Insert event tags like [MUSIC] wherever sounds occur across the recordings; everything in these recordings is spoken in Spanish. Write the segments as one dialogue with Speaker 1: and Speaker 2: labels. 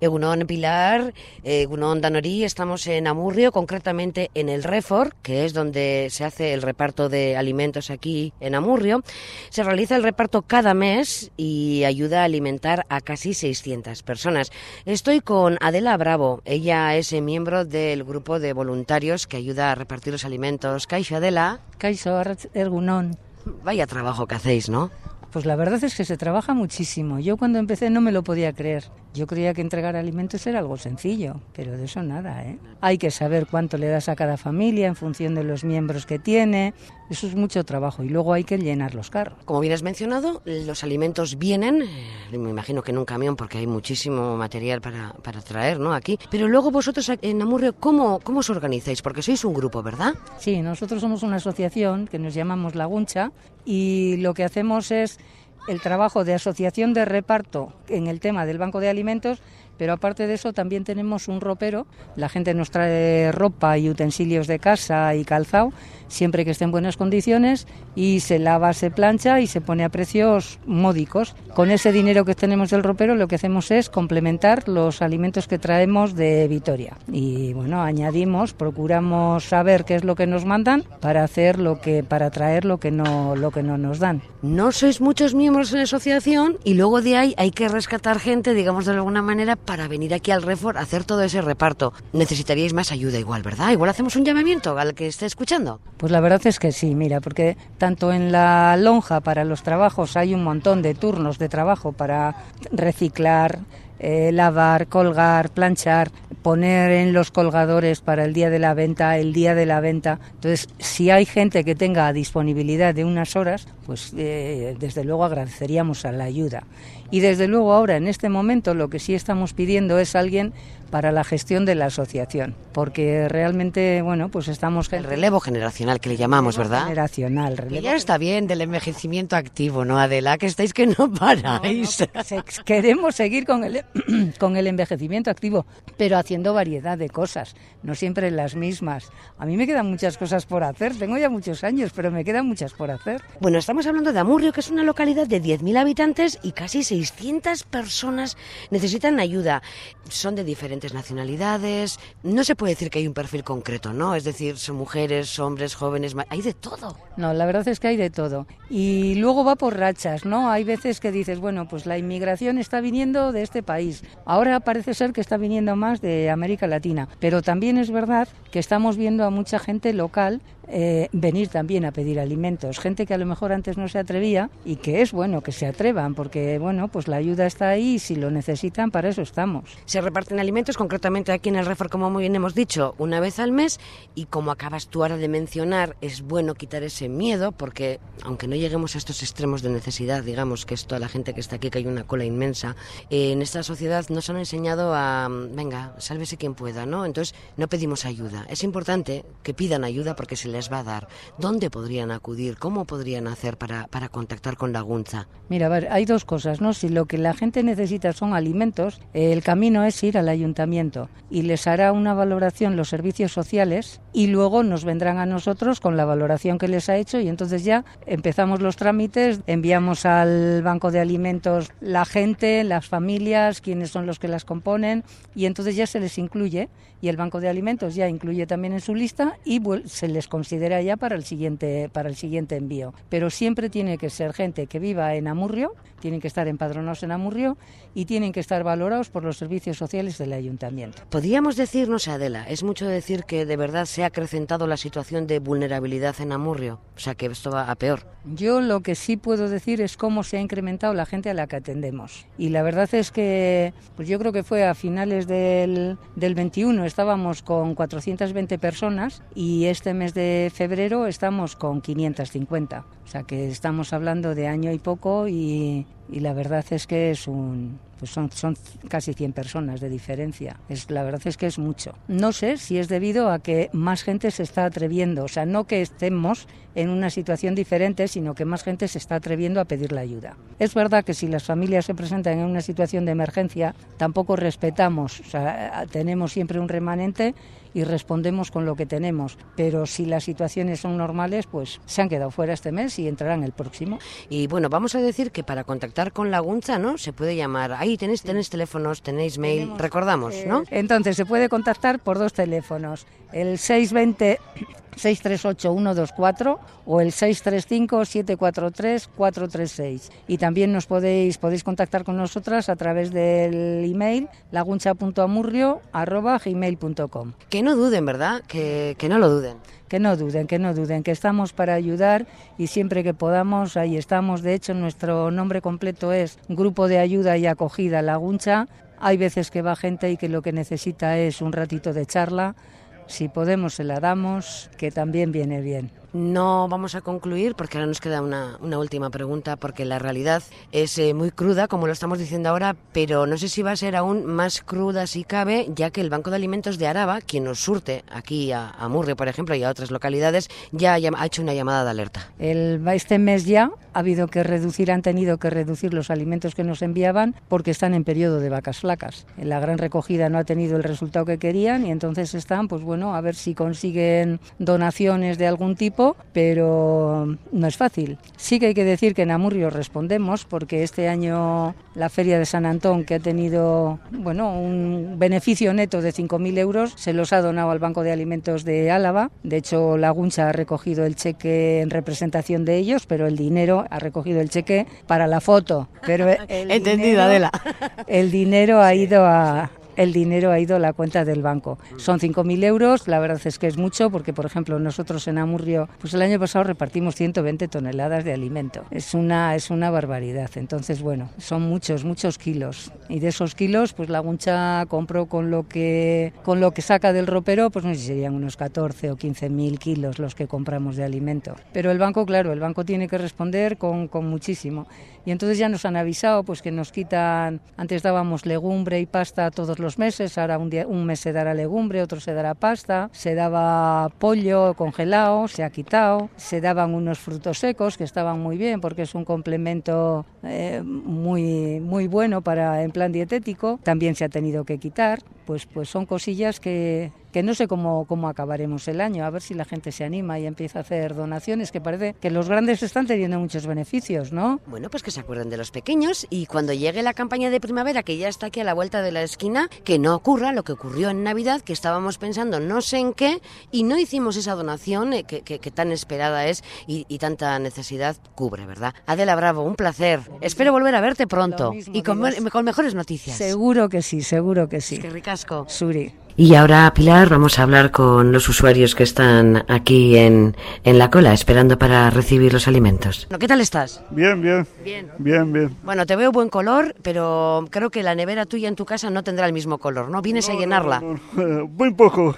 Speaker 1: Egunon Eh, Pilar, Egunon Danorí, estamos en Amurrio, concretamente en el Refor, que es donde se hace el reparto de alimentos aquí en Amurrio. Se realiza el reparto cada mes y ayuda a alimentar a casi 600 personas. Estoy con Adela Bravo, ella es miembro del grupo de voluntarios que ayuda a repartir los alimentos. Caixo Adela.
Speaker 2: Caixo Egunon.
Speaker 1: Vaya trabajo que hacéis, ¿no?
Speaker 2: Pues la verdad es que se trabaja muchísimo. Yo cuando empecé no me lo podía creer. Yo creía que entregar alimentos era algo sencillo, pero de eso nada, ¿eh? Hay que saber cuánto le das a cada familia en función de los miembros que tiene. Eso es mucho trabajo y luego hay que llenar los carros.
Speaker 1: Como bien has mencionado, los alimentos vienen, eh, me imagino que en un camión porque hay muchísimo material para, para traer, ¿no? Aquí. Pero luego vosotros en Amurrio, ¿cómo, ¿cómo os organizáis? Porque sois un grupo, ¿verdad?
Speaker 2: Sí, nosotros somos una asociación que nos llamamos Laguncha y lo que hacemos es el trabajo de asociación de reparto en el tema del banco de alimentos, pero aparte de eso también tenemos un ropero. La gente nos trae ropa y utensilios de casa y calzado, siempre que esté en buenas condiciones, y se lava, se plancha y se pone a precios módicos. Con ese dinero que tenemos del ropero lo que hacemos es complementar los alimentos que traemos de Vitoria. Y bueno, añadimos, procuramos saber qué es lo que nos mandan para hacer lo que, para traer lo que no, lo que no nos dan.
Speaker 1: No sois muchos miembros en la asociación y luego de ahí hay que rescatar gente, digamos de alguna manera, para venir aquí al Refor a hacer todo ese reparto. Necesitaríais más ayuda igual, ¿verdad? Igual hacemos un llamamiento al que esté escuchando.
Speaker 2: Pues la verdad es que sí, mira, porque tanto en la lonja para los trabajos hay un montón de turnos de trabajo para reciclar, eh, lavar, colgar, planchar, poner en los colgadores para el día de la venta, el día de la venta. Entonces, si hay gente que tenga disponibilidad de unas horas, pues eh, desde luego agradeceríamos a la ayuda. Y desde luego ahora, en este momento, lo que sí estamos pidiendo es alguien para la gestión de la asociación, porque realmente, bueno, pues estamos...
Speaker 1: El relevo generacional que le llamamos, ¿verdad?
Speaker 2: Generacional.
Speaker 1: Relevo que ya está bien del envejecimiento activo, ¿no, Adela? Que estáis que no paráis. No,
Speaker 2: no, que queremos seguir con el, [CLEARS THROAT] con el envejecimiento activo, pero haciendo variedad de cosas, no siempre las mismas. A mí me quedan muchas cosas por hacer, tengo ya muchos años, pero me quedan muchas por hacer.
Speaker 1: Bueno, estamos hablando de Amurrio, que es una localidad de 10.000 habitantes y casi 600 personas necesitan ayuda. Son de diferentes nacionalidades. No se puede decir que hay un perfil concreto, ¿no? Es decir, son mujeres, hombres, jóvenes, hay de todo.
Speaker 2: No, la verdad es que hay de todo. Y luego va por rachas, ¿no? Hay veces que dices, bueno, pues la inmigración está viniendo de este país. Ahora parece ser que está viniendo más de América Latina. Pero también es verdad que estamos viendo a mucha gente local eh, venir también a pedir alimentos. Gente que a lo mejor antes no se atrevía y que es bueno que se atrevan, porque bueno, pues la ayuda está ahí y si lo necesitan, para eso estamos.
Speaker 1: Se reparten alimentos concretamente aquí en el Refor, como muy bien hemos dicho, una vez al mes y como acabas tú ahora de mencionar, es bueno quitar ese miedo porque aunque no lleguemos a estos extremos de necesidad, digamos que es toda la gente que está aquí, que hay una cola inmensa, eh, en esta sociedad nos han enseñado a, venga, sálvese quien pueda, ¿no? Entonces no pedimos ayuda. Es importante que pidan ayuda porque se le les va a dar? ¿Dónde podrían acudir? ¿Cómo podrían hacer para, para contactar con Lagunza?
Speaker 2: Mira, a ver, hay dos cosas, ¿no? Si lo que la gente necesita son alimentos, eh, el camino es ir al ayuntamiento y les hará una valoración los servicios sociales y luego nos vendrán a nosotros con la valoración que les ha hecho y entonces ya empezamos los trámites, enviamos al banco de alimentos la gente, las familias, quiénes son los que las componen y entonces ya se les incluye y el banco de alimentos ya incluye también en su lista y se les considera ya para el siguiente para el siguiente envío. Pero siempre tiene que ser gente que viva en Amurrio, tienen que estar empadronados en Amurrio y tienen que estar valorados por los servicios sociales del ayuntamiento.
Speaker 1: Podríamos decir, no sé Adela, es mucho decir que de verdad se ha acrecentado la situación de vulnerabilidad en Amurrio, o sea que esto va a peor.
Speaker 2: Yo lo que sí puedo decir es cómo se ha incrementado la gente a la que atendemos. Y la verdad es que pues yo creo que fue a finales del, del 21 estábamos con 420 personas y este mes de febrero estamos con 550. O sea que estamos hablando de año y poco y, y la verdad es que es un, pues son, son, casi 100 personas de diferencia. Es, la verdad es que es mucho. No sé si es debido a que más gente se está atreviendo, o sea, no que estemos en una situación diferente, sino que más gente se está atreviendo a pedir la ayuda. Es verdad que si las familias se presentan en una situación de emergencia, tampoco respetamos, o sea, tenemos siempre un remanente y respondemos con lo que tenemos, pero si las situaciones son normales, pues se han quedado fuera este mes y entrarán el próximo.
Speaker 1: Y bueno, vamos a decir que para contactar contactar con Laguntza, ¿no? Se puede llamar. Ahí tenéis, tenéis teléfonos, tenéis mail,
Speaker 2: Tenemos,
Speaker 1: recordamos,
Speaker 2: eh,
Speaker 1: ¿no?
Speaker 2: Entonces, se puede contactar por dos teléfonos, el 620... 638-124 o el 635-743-436. Y también nos podéis, podéis contactar con nosotras a través del email laguncha.amurrio.gmail.com.
Speaker 1: Que no duden, ¿verdad? Que, que no lo duden.
Speaker 2: Que no duden, que no duden, que estamos para ayudar y siempre que podamos, ahí estamos. De hecho, nuestro nombre completo es Grupo de Ayuda y Acogida Laguncha. Hay veces que va gente y que lo que necesita es un ratito de charla. Si podemos, se la damos, que también viene bien.
Speaker 1: No vamos a concluir porque ahora nos queda una, una última pregunta porque la realidad es eh, muy cruda, como lo estamos diciendo ahora, pero no sé si va a ser aún más cruda si cabe, ya que el Banco de Alimentos de Araba, quien nos surte aquí a, a Murrio, por ejemplo, y a otras localidades, ya ha llam- ha hecho una llamada de alerta.
Speaker 2: El, este mes ya ha habido que reducir, han tenido que reducir los alimentos que nos enviaban porque están en periodo de vacas flacas. La gran recogida no ha tenido el resultado que querían y entonces están, pues bueno, a ver si consiguen donaciones de algún tipo, pero no es fácil. Sí que hay que decir que en Amurrio respondemos porque este año la Feria de San Antón, que ha tenido, bueno, un beneficio neto de 5.000 euros, se los ha donado al Banco de Alimentos de Álava. De hecho, Laguncha ha recogido el cheque en representación de ellos, pero el dinero ha recogido el cheque para la foto. Pero eh, el dinero- el dinero ha ido a el dinero ha ido a la cuenta del banco. Son 5.000 euros, la verdad es que es mucho porque, por ejemplo, nosotros en Amurrio, pues el año pasado repartimos 120 toneladas de alimento. Es una, es una barbaridad. Entonces, bueno, son muchos, muchos kilos. Y de esos kilos, pues la Guncha compró con lo que, con lo que saca del ropero, pues no sé si serían unos 14 o 15.000 kilos los que compramos de alimento. Pero el banco, claro, el banco tiene que responder con, con muchísimo. Y entonces ya nos han avisado pues que nos quitan, antes dábamos legumbre y pasta todos los meses, ahora un, día, un mes se dará legumbre, otro se dará pasta, se daba pollo congelado, se ha quitado, se daban unos frutos secos que estaban muy bien porque es un complemento eh, muy, muy bueno para en plan dietético, también se ha tenido que quitar, pues, pues son cosillas que, que no sé cómo, cómo acabaremos el año, a ver si la gente se anima y empieza a hacer donaciones, que parece que los grandes están teniendo muchos beneficios, ¿no?
Speaker 1: Bueno, pues que se acuerden de los pequeños y cuando llegue la campaña de primavera, que ya está aquí a la vuelta de la esquina, que no ocurra lo que ocurrió en Navidad, que estábamos pensando no sé en qué y no hicimos esa donación eh, que, que- que tan esperada es y, y tanta necesidad cubre, ¿verdad? Adela Bravo, un placer. Espero volver a verte pronto
Speaker 2: Lo mismo,
Speaker 1: y con,
Speaker 2: digas.
Speaker 1: me- con mejores noticias.
Speaker 2: Seguro que sí, seguro que sí.
Speaker 1: Es que ricasco.
Speaker 2: Suri.
Speaker 1: Y ahora, Pilar, vamos a hablar con los usuarios que están aquí en, en la cola, esperando para recibir los alimentos. ¿Qué tal estás?
Speaker 3: Bien, bien,
Speaker 1: Bien.
Speaker 3: bien, bien.
Speaker 1: Bueno, te veo buen color, pero creo que la nevera tuya en tu casa no tendrá el mismo color, ¿no? Vienes a llenarla.
Speaker 3: No, no, eh, Muy poco.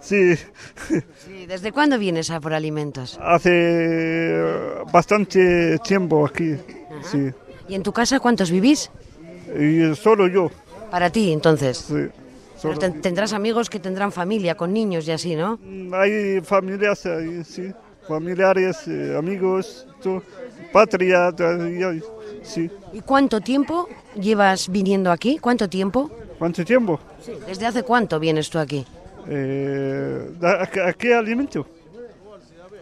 Speaker 3: Sí,
Speaker 1: Sí, ¿Desde cuándo vienes a por alimentos?
Speaker 3: hace bastante tiempo aquí. Sí.
Speaker 1: ¿Y en tu casa cuántos vivís?
Speaker 3: Y solo yo.
Speaker 1: Para ti, entonces.
Speaker 3: Sí.
Speaker 1: Pero
Speaker 3: Solo.
Speaker 1: ten- tendrás amigos que tendrán familia con niños y así, ¿no?
Speaker 3: Mm, Hay familias ahí, sí. Familiares, eh, amigos, tú, patria, ya- ya- sí.
Speaker 1: ¿Y cuánto tiempo llevas viniendo aquí? ¿Cuánto tiempo?
Speaker 3: ¿Cuánto tiempo?
Speaker 1: ¿Desde hace cuánto vienes tú aquí?
Speaker 3: Eh, ¿a, a- a qué alimento?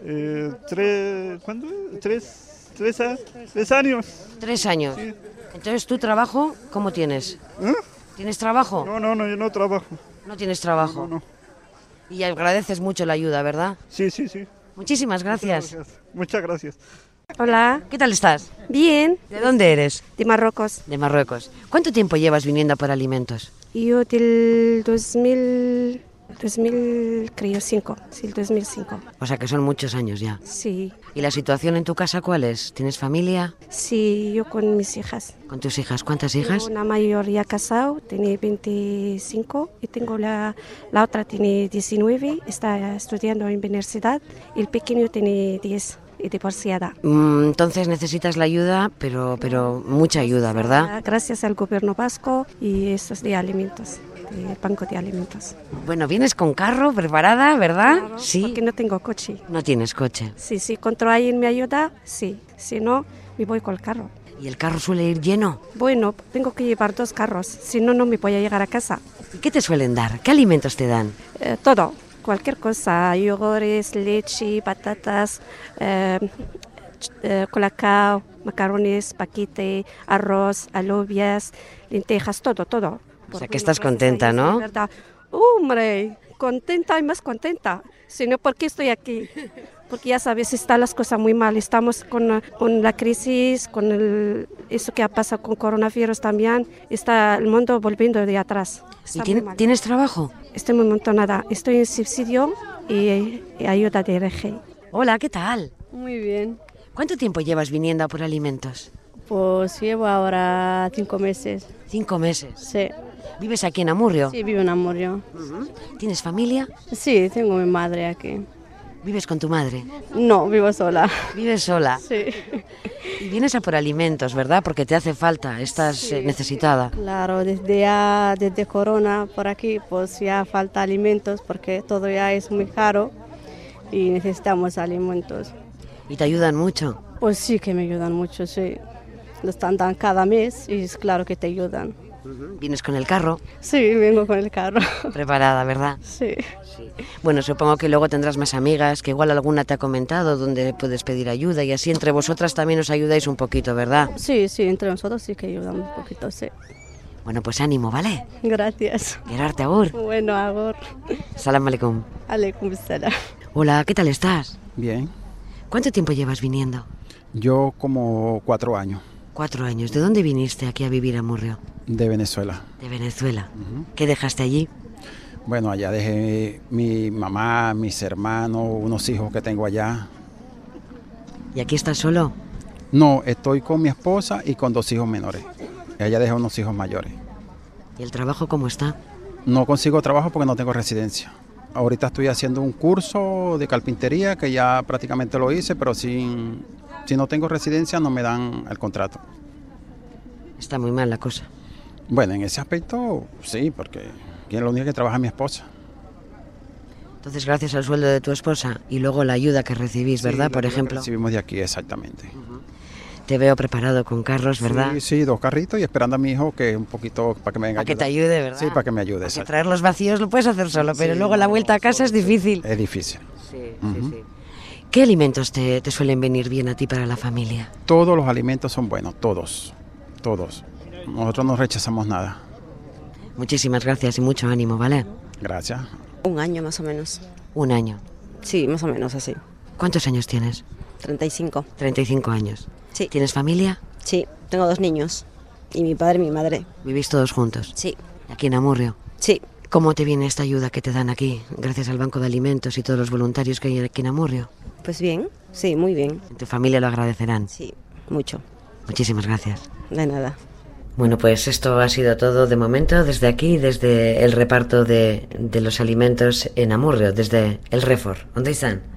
Speaker 3: Eh, tres, ¿Cuándo? ¿Tres, tres, a- tres años?
Speaker 1: Tres años.
Speaker 3: Sí.
Speaker 1: Entonces, ¿tu trabajo cómo tienes?
Speaker 3: ¿Eh?
Speaker 1: ¿Tienes trabajo?
Speaker 3: No, no, no, yo no trabajo.
Speaker 1: No tienes trabajo.
Speaker 3: No, no.
Speaker 1: Y agradeces mucho la ayuda, ¿verdad?
Speaker 3: Sí, sí, sí.
Speaker 1: Muchísimas gracias.
Speaker 3: Gracias. Muchas gracias.
Speaker 4: Hola,
Speaker 1: ¿Qué tal estás?
Speaker 4: bien,
Speaker 1: ¿De dónde eres?
Speaker 4: de Marruecos.
Speaker 1: De Marruecos. ¿Cuánto tiempo llevas viniendo por alimentos?
Speaker 4: Yo del 2000, 2000 creo 5, sí, el 2005.
Speaker 1: O sea que son muchos años ya.
Speaker 4: Sí,
Speaker 1: ¿Y la situación en tu casa cuál es? ¿Tienes familia?
Speaker 4: sí, yo con mis hijas.
Speaker 1: ¿Con tus hijas? ¿Cuántas
Speaker 4: Tengo
Speaker 1: hijas?
Speaker 4: Una mayor ya casado, tiene 25 y tengo la, la otra tiene 19, está estudiando en universidad y el pequeño tiene 10 y divorciada.
Speaker 1: Mm, Entonces necesitas la ayuda, pero, pero mucha ayuda, ¿verdad?
Speaker 4: Ah, Gracias al gobierno vasco y estos de alimentos, del banco de alimentos.
Speaker 1: Bueno, vienes con carro, preparada, ¿verdad?
Speaker 4: Claro,
Speaker 1: Ah, Sí.
Speaker 4: Porque no tengo coche.
Speaker 1: No tienes coche.
Speaker 4: Sí, sí, contra alguien me ayuda, sí. Si no, me voy con el carro.
Speaker 1: ¿Y el carro suele ir lleno?
Speaker 4: Bueno, tengo que llevar dos carros, si no, no me voy a llegar a casa.
Speaker 1: ¿Y qué te suelen dar? ¿Qué alimentos te dan?
Speaker 4: Eh, todo, cualquier cosa, yogures, leche, patatas, eh, ch- eh, colacao, macarrones, paquete, arroz, alubias, lentejas, todo, todo.
Speaker 1: O sea que estás contenta, ¿no?
Speaker 4: ¿verdad? Hombre, contenta y más contenta. Si no, ¿por qué estoy aquí? Porque ya sabes, están las cosas muy mal. Estamos con, con la crisis, con el- eso que ha pasado con coronavirus también. Está el mundo volviendo de atrás.
Speaker 1: ¿Y
Speaker 4: Está muy
Speaker 1: tien-
Speaker 4: mal.
Speaker 1: tienes trabajo?
Speaker 4: Estoy muy montonada. Estoy en subsidio y, y ayuda de RG.
Speaker 1: Hola, ¿qué tal?
Speaker 5: Muy bien.
Speaker 1: ¿Cuánto tiempo llevas viniendo a por alimentos?
Speaker 5: Pues llevo ahora cinco meses.
Speaker 1: Cinco meses.
Speaker 5: Sí,
Speaker 1: ¿Vives aquí en Amurrio?
Speaker 5: sí vivo en Amurrio.
Speaker 1: ¿Tienes familia?
Speaker 5: Sí, tengo mi madre aquí.
Speaker 1: ¿Vives con tu madre?
Speaker 5: No, vivo sola. [LAUGHS]
Speaker 1: ¿Vives sola?
Speaker 5: Sí.
Speaker 1: Y vienes a por alimentos, ¿verdad? Porque te hace falta, estás eh, necesitada.
Speaker 5: Claro, desde ya, desde Corona por aquí, pues ya falta alimentos porque todo ya es muy caro y necesitamos alimentos.
Speaker 1: Y te ayudan mucho.
Speaker 5: Pues sí que me ayudan mucho, sí. Lo están dando cada mes y es claro que te ayudan.
Speaker 1: Vienes con el carro,
Speaker 5: Sí, vengo con el carro. [LAUGHS]
Speaker 1: preparada, ¿verdad?
Speaker 5: Sí.
Speaker 1: Bueno, supongo que luego tendrás más amigas, que igual alguna te ha comentado donde puedes pedir ayuda y así entre vosotras también os ayudáis un poquito, ¿verdad?
Speaker 5: Sí, sí, entre nosotros sí que ayudan un poquito, sí.
Speaker 1: Bueno, pues ánimo, ¿vale?
Speaker 5: Gracias.
Speaker 1: Gerarte agur.
Speaker 5: Bueno, Agor.
Speaker 1: Salam aleikum.
Speaker 5: Aleikum salam.
Speaker 1: Hola, ¿qué tal estás?
Speaker 6: Bien,
Speaker 1: ¿Cuánto tiempo llevas viniendo?
Speaker 6: yo como cuatro años
Speaker 1: Cuatro años. ¿De dónde viniste aquí a vivir a Murrio?
Speaker 6: de Venezuela.
Speaker 1: De Venezuela. ¿Qué dejaste allí?
Speaker 6: Bueno, allá dejé mi mamá, mis hermanos, unos hijos que tengo allá.
Speaker 1: ¿Y aquí estás solo?
Speaker 6: No, estoy con mi esposa y con dos hijos menores. Allá dejé unos hijos mayores.
Speaker 1: ¿Y el trabajo cómo está?
Speaker 6: No consigo trabajo porque no tengo residencia. Ahorita estoy haciendo un curso de carpintería que ya prácticamente lo hice, pero sin, si no tengo residencia no me dan el contrato.
Speaker 1: Está muy mal la cosa.
Speaker 6: Bueno, en ese aspecto sí, porque aquí lo único que trabaja es mi esposa.
Speaker 1: Entonces, gracias al sueldo de tu esposa y luego la ayuda que recibís,
Speaker 6: Sí,
Speaker 1: ¿verdad?
Speaker 6: la
Speaker 1: Por
Speaker 6: ayuda que
Speaker 1: ejemplo,
Speaker 6: Recibimos de aquí, exactamente.
Speaker 1: te veo preparado con carros, ¿verdad?
Speaker 6: Sí, sí, dos carritos y esperando a mi hijo que un poquito para que me venga.
Speaker 1: Para que te
Speaker 6: ayudar.
Speaker 1: ayude, ¿verdad?
Speaker 6: Sí, para que me ayude.
Speaker 1: Porque
Speaker 6: exacto.
Speaker 1: traer los vacíos lo puedes hacer solo, pero
Speaker 6: Sí,
Speaker 1: luego la
Speaker 6: no,
Speaker 1: vuelta a casa es
Speaker 6: solo, sí.
Speaker 1: difícil.
Speaker 6: Es difícil.
Speaker 1: Sí,
Speaker 6: Ujú.
Speaker 1: ¿Qué alimentos te, te suelen venir bien a ti para la familia?
Speaker 6: Todos los alimentos son buenos, todos, todos. Nosotros no rechazamos nada.
Speaker 1: Muchísimas gracias y mucho ánimo, ¿vale?
Speaker 6: Gracias.
Speaker 7: Un año más o menos.
Speaker 1: Un año.
Speaker 7: Sí, más o menos así.
Speaker 1: ¿Cuántos años tienes?
Speaker 7: 35.
Speaker 1: 35 años.
Speaker 7: Sí.
Speaker 1: ¿Tienes familia?
Speaker 7: Sí, tengo dos niños. Y mi padre y mi madre.
Speaker 1: ¿Vivís todos juntos?
Speaker 7: Sí,
Speaker 1: Aquí en Amurrio.
Speaker 7: sí.
Speaker 1: ¿Cómo te viene esta ayuda que te dan aquí, gracias al Banco de Alimentos y todos los voluntarios que hay aquí en Amurrio?
Speaker 7: Pues bien, sí, muy bien.
Speaker 1: En tu familia lo agradecerán.
Speaker 7: Sí, mucho.
Speaker 1: Muchísimas gracias.
Speaker 7: De nada.
Speaker 1: Bueno, pues esto ha sido todo de momento desde aquí, desde el reparto de, de los alimentos en Amurrio, desde el Refor. ¿Dónde están?